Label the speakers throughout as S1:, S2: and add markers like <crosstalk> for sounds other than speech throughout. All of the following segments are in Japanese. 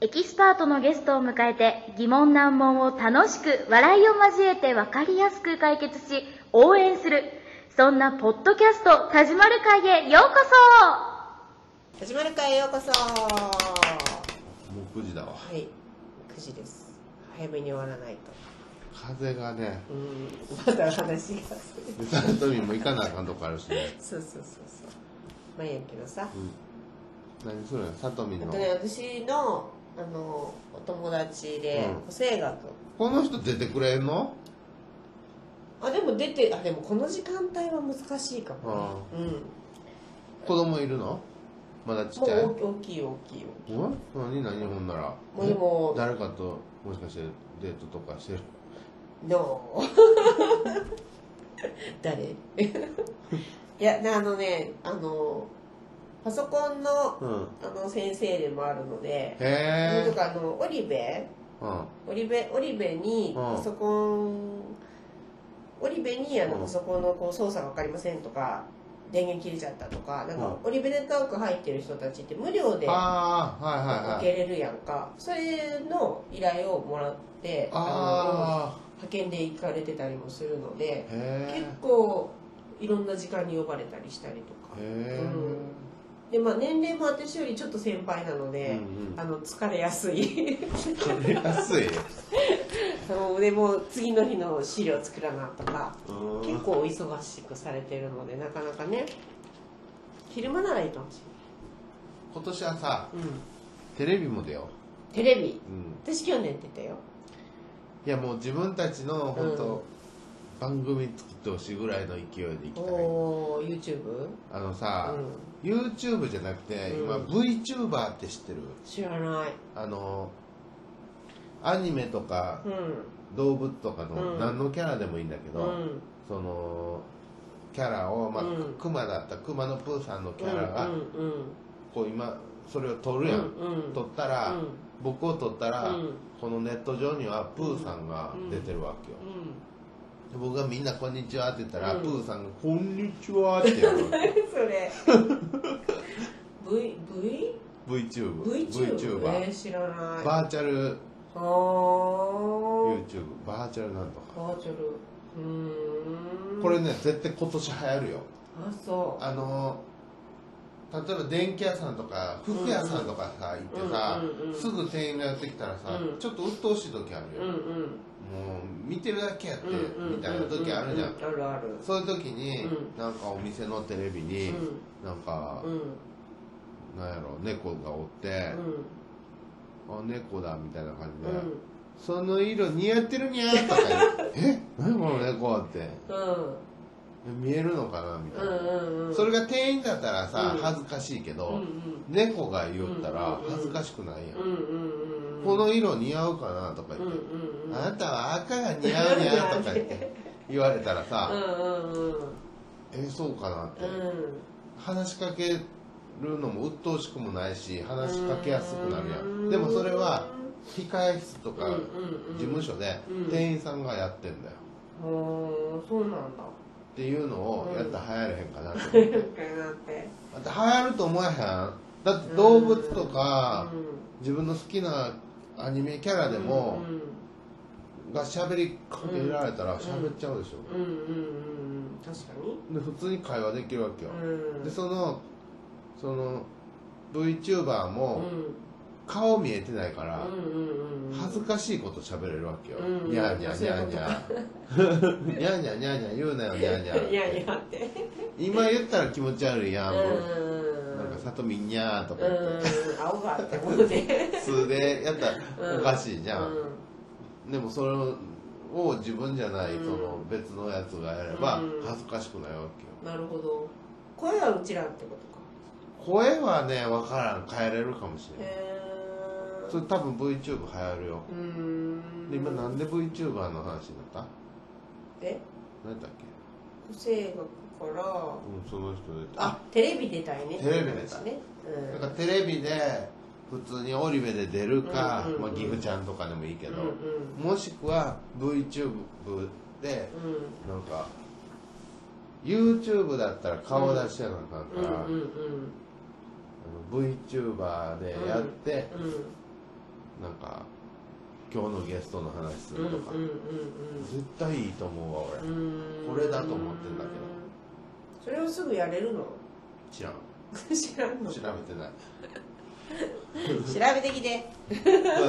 S1: エキスパートのゲストを迎えて疑問難問を楽しく笑いを交えて分かりやすく解決し応援するそんなポッドキャスト「田島る会」へようこそ
S2: 始まる会へようこそは
S3: もう9時だわ
S2: い9時です早めに終わらないと
S3: 風がね
S2: うんまだ話がそう
S3: でサントリーも行かなあかんとこあるしね、
S2: そうそうそうまあいいやけどさ
S3: うん、何するのサトミ
S2: あ
S3: ンの
S2: とね私のあのお友達で
S3: うん
S2: 補正学
S3: この人出てくれんの
S2: あでも出てあでもこの時間帯は難しいかもねうん
S3: 子供いるのまだちっ
S2: も
S3: ちゃいう
S2: 大きい大きい大きいよ
S3: うん何何ほんなら
S2: もうでも
S3: え誰かともしかしてデートとかしてる
S2: どう <laughs> 誰 <laughs> いやであのねあのパソコンの
S3: うん
S2: あの先生でもあるので、
S3: へ
S2: と
S3: え
S2: かあのオリベ
S3: うん
S2: オリベオリベに
S3: うん
S2: パソコン、オリベにあの
S3: うん
S2: パソコンのこう操作が分かりませんとか電源切れちゃったとかなんか
S3: う
S2: オリベネットワーク入ってる人たちって無料で受
S3: ああはいはいはい
S2: けれるやんかそれの依頼をもらってあ
S3: あ
S2: の派遣で行かれてたりもするので
S3: あへ
S2: 結構いろんな時間に呼ばれたりしたりとか
S3: えへ
S2: で、まあ、年齢も私よりちょっと先輩なの
S3: えう
S2: で、
S3: ん
S2: あの疲れやすい。
S3: うん <laughs> 取りやすい
S2: そうでも次の日の資料作らなとか
S3: うん
S2: 結構お忙しくされてるのでなかなかね昼間ならいいかもし
S3: 今年はさ
S2: れない、うん、
S3: テレビも出よ
S2: テレビ
S3: ううん
S2: 私去年出たよ
S3: いやもう自分たちの本当、
S2: うん
S3: 番組作ってほしいぐらいの勢いでいきたい
S2: おお YouTube?
S3: あの
S2: う
S3: さ、
S2: ん
S3: YouTube じゃなくて、
S2: うん
S3: 今 VTuber って知ってる
S2: 知らない
S3: あのアニメとか
S2: うん
S3: 動物とか
S2: う
S3: の
S2: ん
S3: 何のキャラでもいいんだけど、
S2: うん
S3: そのキャラを、まあ
S2: うん
S3: クマだったらクマのプーさんのキ
S2: うん
S3: ャラが、
S2: うん
S3: こう今それを撮
S2: うん
S3: る
S2: う
S3: やん、
S2: んうん
S3: 撮ったら、
S2: うん
S3: 僕を撮ったら、
S2: うん
S3: このネット上にはプーさんが出てるわけよ、で僕がみんな「こんにちは」って言ったら、
S2: うん
S3: プーさんが「こんにちは」って
S2: <laughs>
S3: やるわけ
S2: そ
S3: <laughs>
S2: れ V? V? VTuber?
S3: VTube
S2: え
S3: VTuber
S2: ー、知らない
S3: バーチャル
S2: あー
S3: YouTube バーチャルなんとか
S2: バーチャルうーん
S3: これね絶対今年流行るよ
S2: あそう
S3: あの例えば電気屋さんとか服屋さんとかさ行ってさ、
S2: うんうんうん
S3: すぐ店員がやってきたらさ、
S2: うん
S3: ちょっと鬱陶しい時ある
S2: うんうん
S3: よ、もう見てるだけやって、
S2: うんうん
S3: みたいな時あるじゃ
S2: う
S3: ん、
S2: んうんあるある
S3: そういう時に、
S2: う
S3: なんかお店のテレビに、なんか、
S2: うんうん
S3: なんやろ猫がおって、あ猫だみたいな感じで、
S2: う
S3: その色似合ってるにゃーとか言ってえ何この猫って見えるのかなみたい
S2: んうんうん
S3: な、
S2: うんうん
S3: それが店員だったらさ、
S2: うん
S3: 恥ずかしいけ
S2: うんう
S3: ど、
S2: ん
S3: 猫が言ったら
S2: うんうん
S3: 恥ずかしくないやん、
S2: うんうんうん
S3: この色似合うかなとか
S2: う
S3: 言
S2: ん
S3: っ
S2: う
S3: て、
S2: んうん
S3: あなたは赤が似合うにゃーとか言って言われたら
S2: う
S3: さ、
S2: んうんうん
S3: えそうかなって、
S2: うん
S3: 話しかけるのも鬱陶しくもないし話しかけやすくなるや
S2: うん
S3: んでもそれは控室と
S2: うん
S3: か
S2: うんうん
S3: 事務所で
S2: うん
S3: 店員さんがやってんだよ
S2: ほーそうなんだ
S3: っていうのをやったら流行れへんかなと思っ
S2: み <laughs>
S3: て
S2: たいになって
S3: だって流行ると思えへんだって動物とか
S2: うん
S3: 自分の好きなアニメキャラでも
S2: うん
S3: が喋りかけられたら喋っちゃうでしょ
S2: うんうんうんうん確かに
S3: で普通に会話できるわけよ
S2: うん
S3: でそのその VTuber
S2: う
S3: も
S2: ん
S3: 顔見えてないから
S2: うんうんうん
S3: 恥ずかしいこと喋れるわけよ
S2: うん
S3: ニャーニャーニャーニャー <laughs> ニャーニャーニャーニャー言うなよニャーニャ
S2: <laughs>
S3: ー
S2: いやいやって
S3: 今言ったら気持ち悪いやんもう
S2: うん
S3: なんかさとみんにゃーとか言って
S2: うん青があって思うね
S3: 普通でやったらおかしいじゃ
S2: うん
S3: でもそれを自分じゃないそ
S2: うん
S3: の別のやつがやれば
S2: うん
S3: 恥ずかしくないわけよ
S2: んなるほど声はうちらってことか
S3: 声はね分からん変えれるかもしれない
S2: へえ
S3: それ多分 VTube 流行るよ
S2: うーん
S3: で今なんで VTuber の話になった
S2: え
S3: 何だっけ
S2: 個性学から
S3: うんその人出た
S2: あテレビ出たいね
S3: テレビ出たい
S2: ねうん
S3: なんかテレビで普通にオリベで出るか、
S2: うんうんうん
S3: まあ、ギフちゃんとかでもいいけど、
S2: うん
S3: もしくは
S2: うん
S3: VTube で
S2: うん
S3: なんか YouTube だったら顔出しやなあかんか
S2: うん
S3: ら、
S2: うんうん
S3: あの VTuber でやって、
S2: うん
S3: なんか今日のゲストの話するとか、
S2: うんうん
S3: 絶対いいと思うわ俺、
S2: うんうんうん
S3: これだと思ってんだけど
S2: それをすぐやれるの <laughs>
S3: 知らん
S2: 知らんの
S3: 調
S2: 調
S3: べてない
S2: べてきて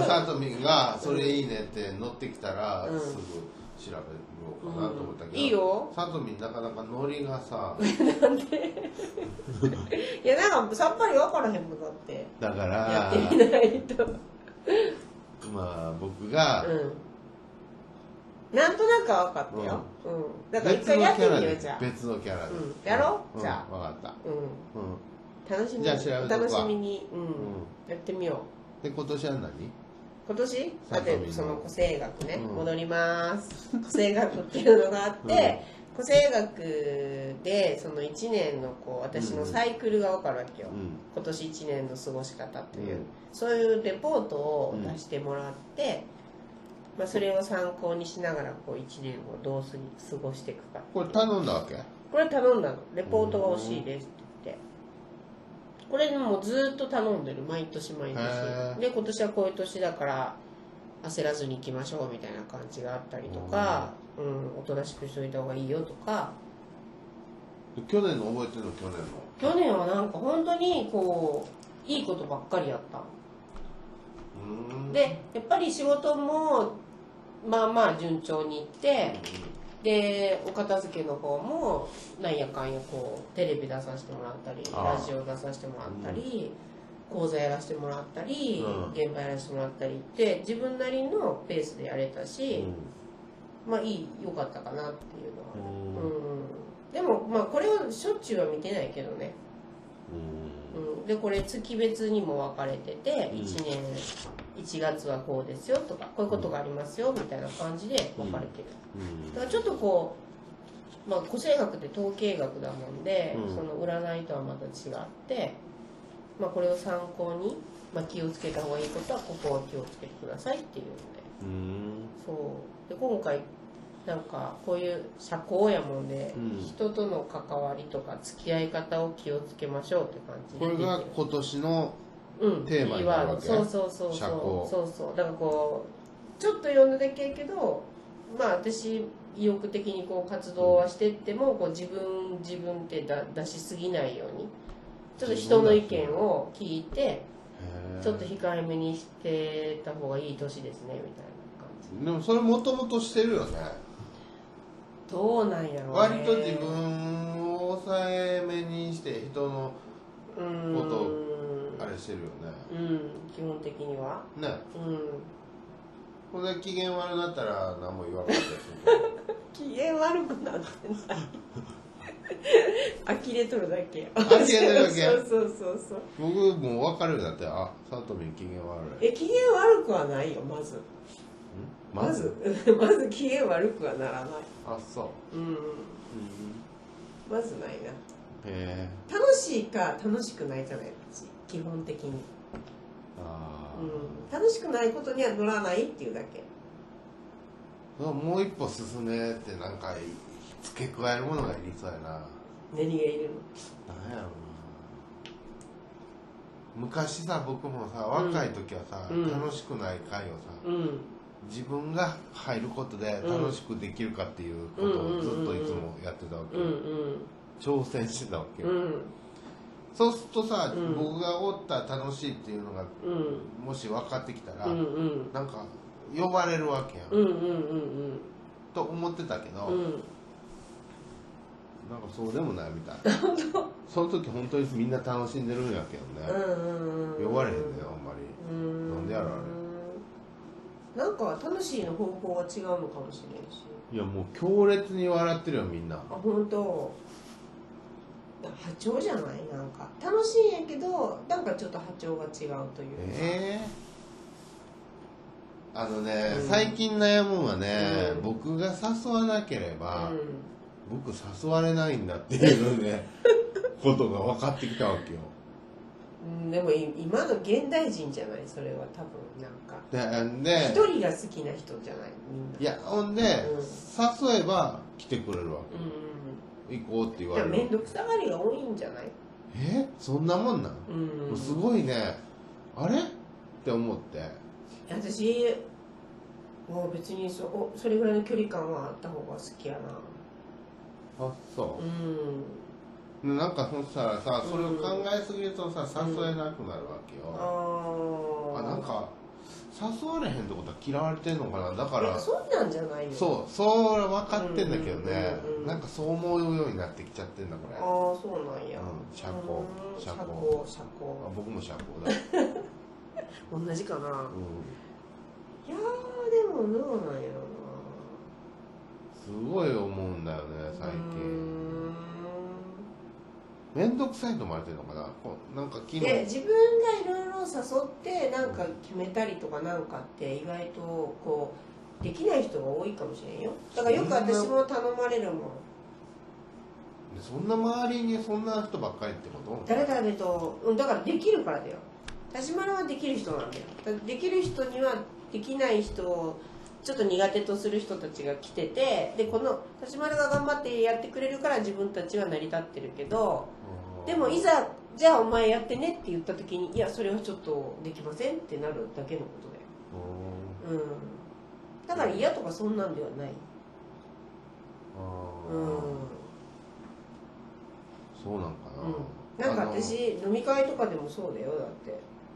S3: さとみんが「それいいね」って乗ってきたら
S2: うん
S3: すぐ調べようかなと思ったけ
S2: う
S3: ど、
S2: んいいよ
S3: さとみんなかなかノリがさ
S2: いやなんかさっぱり分からへんもんだって
S3: だか
S2: や
S3: ら
S2: ってみないと
S3: まあ僕が、
S2: うんなんとなくは分かったよ、うんだから一
S3: 別の
S2: 回
S3: キ
S2: やってみ
S3: ャラ
S2: よう
S3: で
S2: じゃあ
S3: 別のキャラで、
S2: うんやろうじゃあ
S3: 分かった、
S2: う
S3: うん
S2: ん楽しみに
S3: じゃあ調べと
S2: お
S3: くわ
S2: 楽しみに、うん
S3: うん
S2: やってみよ
S3: で今年は何
S2: う今年だっ
S3: さと
S2: て
S3: みの
S2: その個性学ね、
S3: うん
S2: 戻ります個性学っていうのがあって、個性学でその1年のこう私のサイクルが分かるわけよ、
S3: うん
S2: 今年1年の過ごし方っていう、
S3: うん
S2: そういうレポートを出してもらって、まあ、それを参考にしながらこう1年をどうすぎ過ごしていくか
S3: これ頼んだわけ
S2: これ頼んだのレポートが欲しいですって言ってこれもうずっと頼んでる毎年毎
S3: へー
S2: 年で今年はこういう年だから焦らずに行きましょうみたいな感じがあったりとか、うん、おとなしくしといた方がいいよとか
S3: 去年の覚えてるの去年
S2: 去
S3: の
S2: 年はなんか本当にこういいことばっかりやった
S3: うーん
S2: でやっぱり仕事もまあまあ順調にいってでお片付けの方もなんやかんやこうテレビ出させてもらったり
S3: ああ
S2: ラジオ出させてもらったり、講座やらせてもらったり、
S3: うん
S2: 現場やらせてもらったりって自分なりのペースでやれたし、まあいい良かったかなっていうのはある、
S3: うん
S2: うんでもまあこれをしょっちゅうは見てないけどね、
S3: うん
S2: うん、でこれ月別にも分かれてて
S3: うん
S2: 1年1月はこうですよとかこういうことがありますよみたいな感じで分かれてる、
S3: うん
S2: だからちょっとこう、まあ、個性学って統計学だもんで、
S3: うん
S2: その占いとはまた違って、まあ、これを参考に、まあ、気をつけた方がいいことはここは気をつけてくださいっていうので
S3: うん
S2: そうで今回なんかこういう社交やもんで、
S3: うん
S2: 人との関わりとか付き合い方を気をつけましょうって感じで
S3: これが
S2: 出てる
S3: 今年の
S2: うん
S3: テーマになるわけ
S2: キーワードそうそうそう
S3: 社
S2: そ
S3: 交
S2: うそうそうだからこうちょっと読んだだけやけどまあ私意欲的にこう活動はしてってもこう自分自分ってだ出しすぎないようにちょっと人の意見を聞いて
S3: へー
S2: ちょっと控えめにしてた方がいい年ですねみたいな感じ
S3: でもそれもともとしてるよね
S2: どうなんやろう、ね、
S3: 割と自分を抑えめにして人の
S2: うん
S3: ことあれしてるよ
S2: うん基本的には
S3: ねね
S2: うん
S3: これで機嫌悪なったら何も言わなかったりす
S2: 機嫌悪くなってない呆れとるだけ
S3: 呆れとるだけ
S2: そうそうそうそう
S3: る僕もう分かるようになってあさとみん機嫌悪い
S2: え機嫌悪くはないよまず
S3: ん
S2: まずまず機嫌悪くはならない
S3: あそ
S2: うん
S3: う、うん、
S2: まずないな
S3: へえ
S2: 楽しいか楽しくないじゃない私基本的に、
S3: ああ、
S2: うん、楽しくないことには乗らないっていうだけ
S3: もう一歩進めってなんか付け加えるものがいりそうやな
S2: 何がいる
S3: なんやろうな昔さ僕もさ若い時はさ、
S2: うん
S3: 楽しくない会をさ、
S2: のうん
S3: 自分が入ることで
S2: うん
S3: 楽しくできるかっていうことをずっといつもやってたわけ、
S2: うん
S3: 挑戦してたわけ、
S2: うんうん
S3: そうするとさ、
S2: うん
S3: 僕がおったら楽しいっていうのが
S2: うん
S3: もし分かってきたら、
S2: うんうん
S3: なんか呼ばれるわけやん、
S2: うんうんうん
S3: と思ってたけど、
S2: うんうん
S3: なんかそうでもないみたい
S2: <laughs>
S3: その時本当にみんな楽しんでるんやけどね、
S2: うんうん
S3: 呼ばれへんねあんまり
S2: な
S3: なんでやろあ
S2: れなんか楽しいの方向が違うのかもしれんし
S3: いやもう強烈に笑ってるよみんな
S2: あ本当波長じゃないなんか楽しいんやけどなんかちょっと波長が違うというか、
S3: ええあのね、
S2: うん
S3: 最近悩むのはね、
S2: うん
S3: 僕が誘わなければ、
S2: うん
S3: 僕誘われないんだってい
S2: <laughs>
S3: うねことが分かってきたわけよ
S2: うん、でもい今の現代人じゃないそれは多分なんか
S3: で
S2: 一
S3: で
S2: 人が好きな人じゃないみんない
S3: いやほんで、
S2: うん
S3: 誘えば来てくれるわ
S2: うん
S3: け行こうって言
S2: うん
S3: わ
S2: じゃ
S3: れ
S2: あ面
S3: る
S2: 倒くさがりが多いんじゃない
S3: えそんなもんなん
S2: うん
S3: すごいねあれってって思って
S2: 私もう別にそおそれぐらいの距離感はあった方が好きやな
S3: あそうう、
S2: ん
S3: なんかそしたらさ
S2: うん
S3: それを考えすぎるとさ誘えなくなるわけ
S2: あ
S3: よ、
S2: ー
S3: あなんか誘われへんってことは嫌われてんのかなだから
S2: えそうなんじゃないの
S3: そうそれ分かってんだけどね、
S2: うんうんうんうん
S3: なんかそう思うようになってきちゃってんだこ
S2: あ
S3: れ
S2: あ
S3: あ
S2: そうなんや、
S3: うん社交
S2: うん
S3: 社
S2: 社
S3: 交
S2: 交社交
S3: 僕も社交だ、
S2: 同じかな、
S3: うん
S2: いやーでもどうなんやろ
S3: すごい思うんだよ
S2: な
S3: ね最
S2: う
S3: 近
S2: ーん
S3: 面倒くさいと思われてるのかなこうなんか昨日
S2: で自分がいろいろ誘ってなんか決めたりとかなんかって意外とこうできない人が多いかもしれんよだからよく私も頼まれるもん
S3: そんな周りにそんな人ばっかりってこと
S2: 誰々と、うん、だからできるからだよ田島らはできる人なんだよだからできる人にはできない人をちょっと苦手とする人たちが来ててでこの田島らが頑張ってやってくれるから自分たちは成り立ってるけど
S3: うん
S2: でもいざじゃあお前やってねって言った時にいやそれはちょっとできませんってなるだけのことだ
S3: うん
S2: ようんだから嫌とかそんなんではないう
S3: あー
S2: ん
S3: そうなんかな、
S2: なんか
S3: あの
S2: 私飲み会とかでもそうだよだって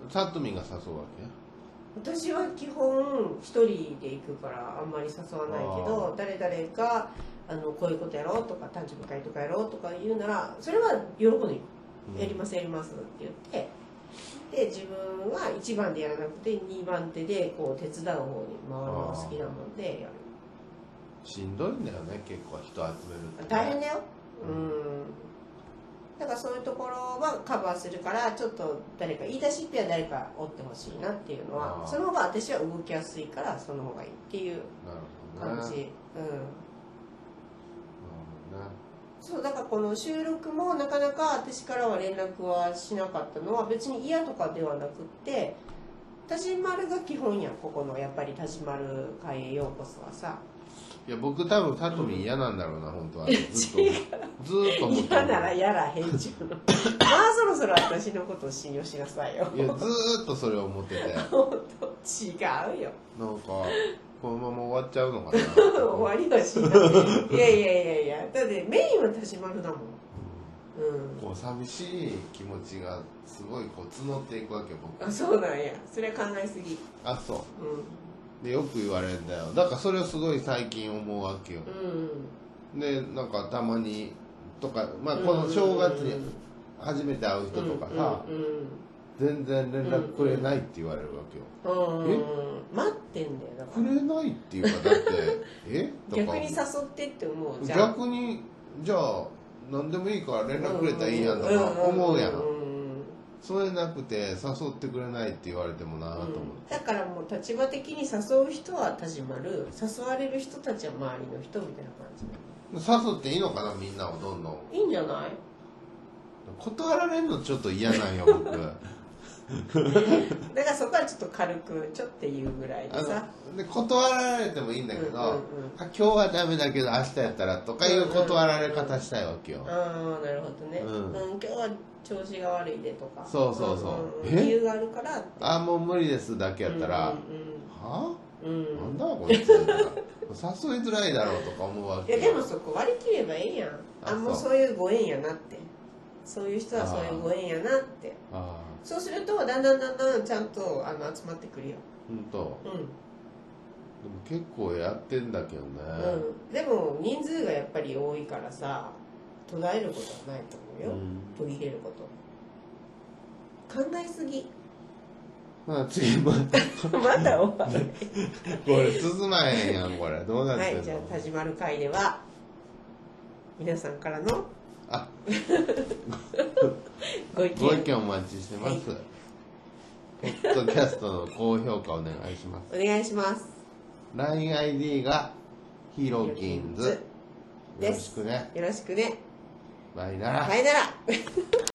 S3: さとみんが誘うわけ
S2: 私は基本一人で行くからあんまり誘わないけど誰々があのこういうことやろうとか誕生日会とかやろうとか言うならそれは喜んで行く
S3: うん
S2: やりますやりますって言ってで自分は1番でやらなくて2番手でこう手伝う方に回るのが好きなのでやる
S3: しんどいんだよね結構人集めるって
S2: 大変だよ
S3: う
S2: うんんだからそういうところはカバーするからちょっと誰か言い出しっぺは誰か追ってほしいなっていうの
S3: あ
S2: は
S3: ー
S2: その方が私は動きやすいからその方がいいっていう
S3: なる
S2: 感
S3: ほどねなるほど
S2: じ、
S3: ね
S2: うんそうだからこの収録もなかなか私からは連絡はしなかったのは別に嫌とかではなくって田島るが基本やんここのやっぱり田島る会へようこそはさ
S3: いや僕多分さとみん嫌なんだろうな、本
S2: <laughs>
S3: 当はずっとずーっと思ってる
S2: 嫌なら嫌ら返事のまあそろそろ私のことを信用しなさいよ
S3: いやずーっとそれを思ってて
S2: 本当違うよ
S3: なんかこのまま終わっちゃうのかな
S2: <laughs> 終わりはしないいやいやいやいやだってメインは田島るだもんうん
S3: こう寂しい気持ちがすごいこう募っていくわけ僕
S2: あそうなんやそれは考えすぎ
S3: あそ
S2: うん
S3: うでよく言われるんだよだからそれをすごい最近思うわけよ
S2: うん
S3: でなんかたまにとかまあこの正月に初めて会う人とかさ
S2: うんうんうん
S3: 全然連絡くれないって言われるわけよ
S2: うん待ってんだよだか
S3: くれないっていうかだって
S2: <laughs>
S3: えと
S2: ら
S3: か
S2: 逆に誘ってって思うじゃん
S3: 逆にじゃあ何でもいいから連絡くれたらいいやんとか思うやん
S2: ん
S3: それなくて誘ってくれないって言われてもなと思って、
S2: だからもう立場的に誘う人は田島る誘われる人たちは周りの人みたいな感じ
S3: 誘っていいのかなみんなをどんどん
S2: いいんじゃない
S3: 断られるのちょっと嫌なんよ僕
S2: だからそこはちょっと軽くちょっと言うぐらいでさ
S3: あので断られてもいいんだけど、
S2: うんうんうん
S3: あ今日はダメだけど明日やったらとかいう断られ方したいわけよ、
S2: ああなるほどね、
S3: うん
S2: 今日は調子が悪いでとか
S3: そうそうそ
S2: う
S3: う
S2: んうん
S3: え
S2: 理由があるからって
S3: あもう無理ですだけやったら、
S2: うん
S3: は
S2: うん
S3: あな
S2: うんん
S3: だこいつとか誘いづらいだろうとか思うわ
S2: い
S3: け
S2: や
S3: よ
S2: でもそこ割り切ればいいやん
S3: あ
S2: あもう
S3: そ
S2: そういうご縁やなってそういう人はそういうご縁やなって
S3: あ
S2: そうするとだんだんだんだんちゃんとあの集まってくるよ
S3: あほんと
S2: う
S3: でも結構やってんだけどね、
S2: ん、うん、でも人数がやっぱり多いからさ途絶えることはないと思うよ、
S3: うん
S2: 途切れること考えす
S3: <laughs>
S2: ぎ
S3: まあ次また
S2: まだ終わる
S3: これ進まへんやんこれどうなっ
S2: は
S3: てんの、
S2: いじゃあ田島る会では皆さんからの
S3: あ
S2: <laughs> ご意見
S3: ご意見お待ちしてます、ポッドキャストの高評価お願いします
S2: お願いします
S3: LINEID がヒロキンズよ
S2: で
S3: ろし
S2: す
S3: くね
S2: よろしくね
S3: バイなら
S2: さよなら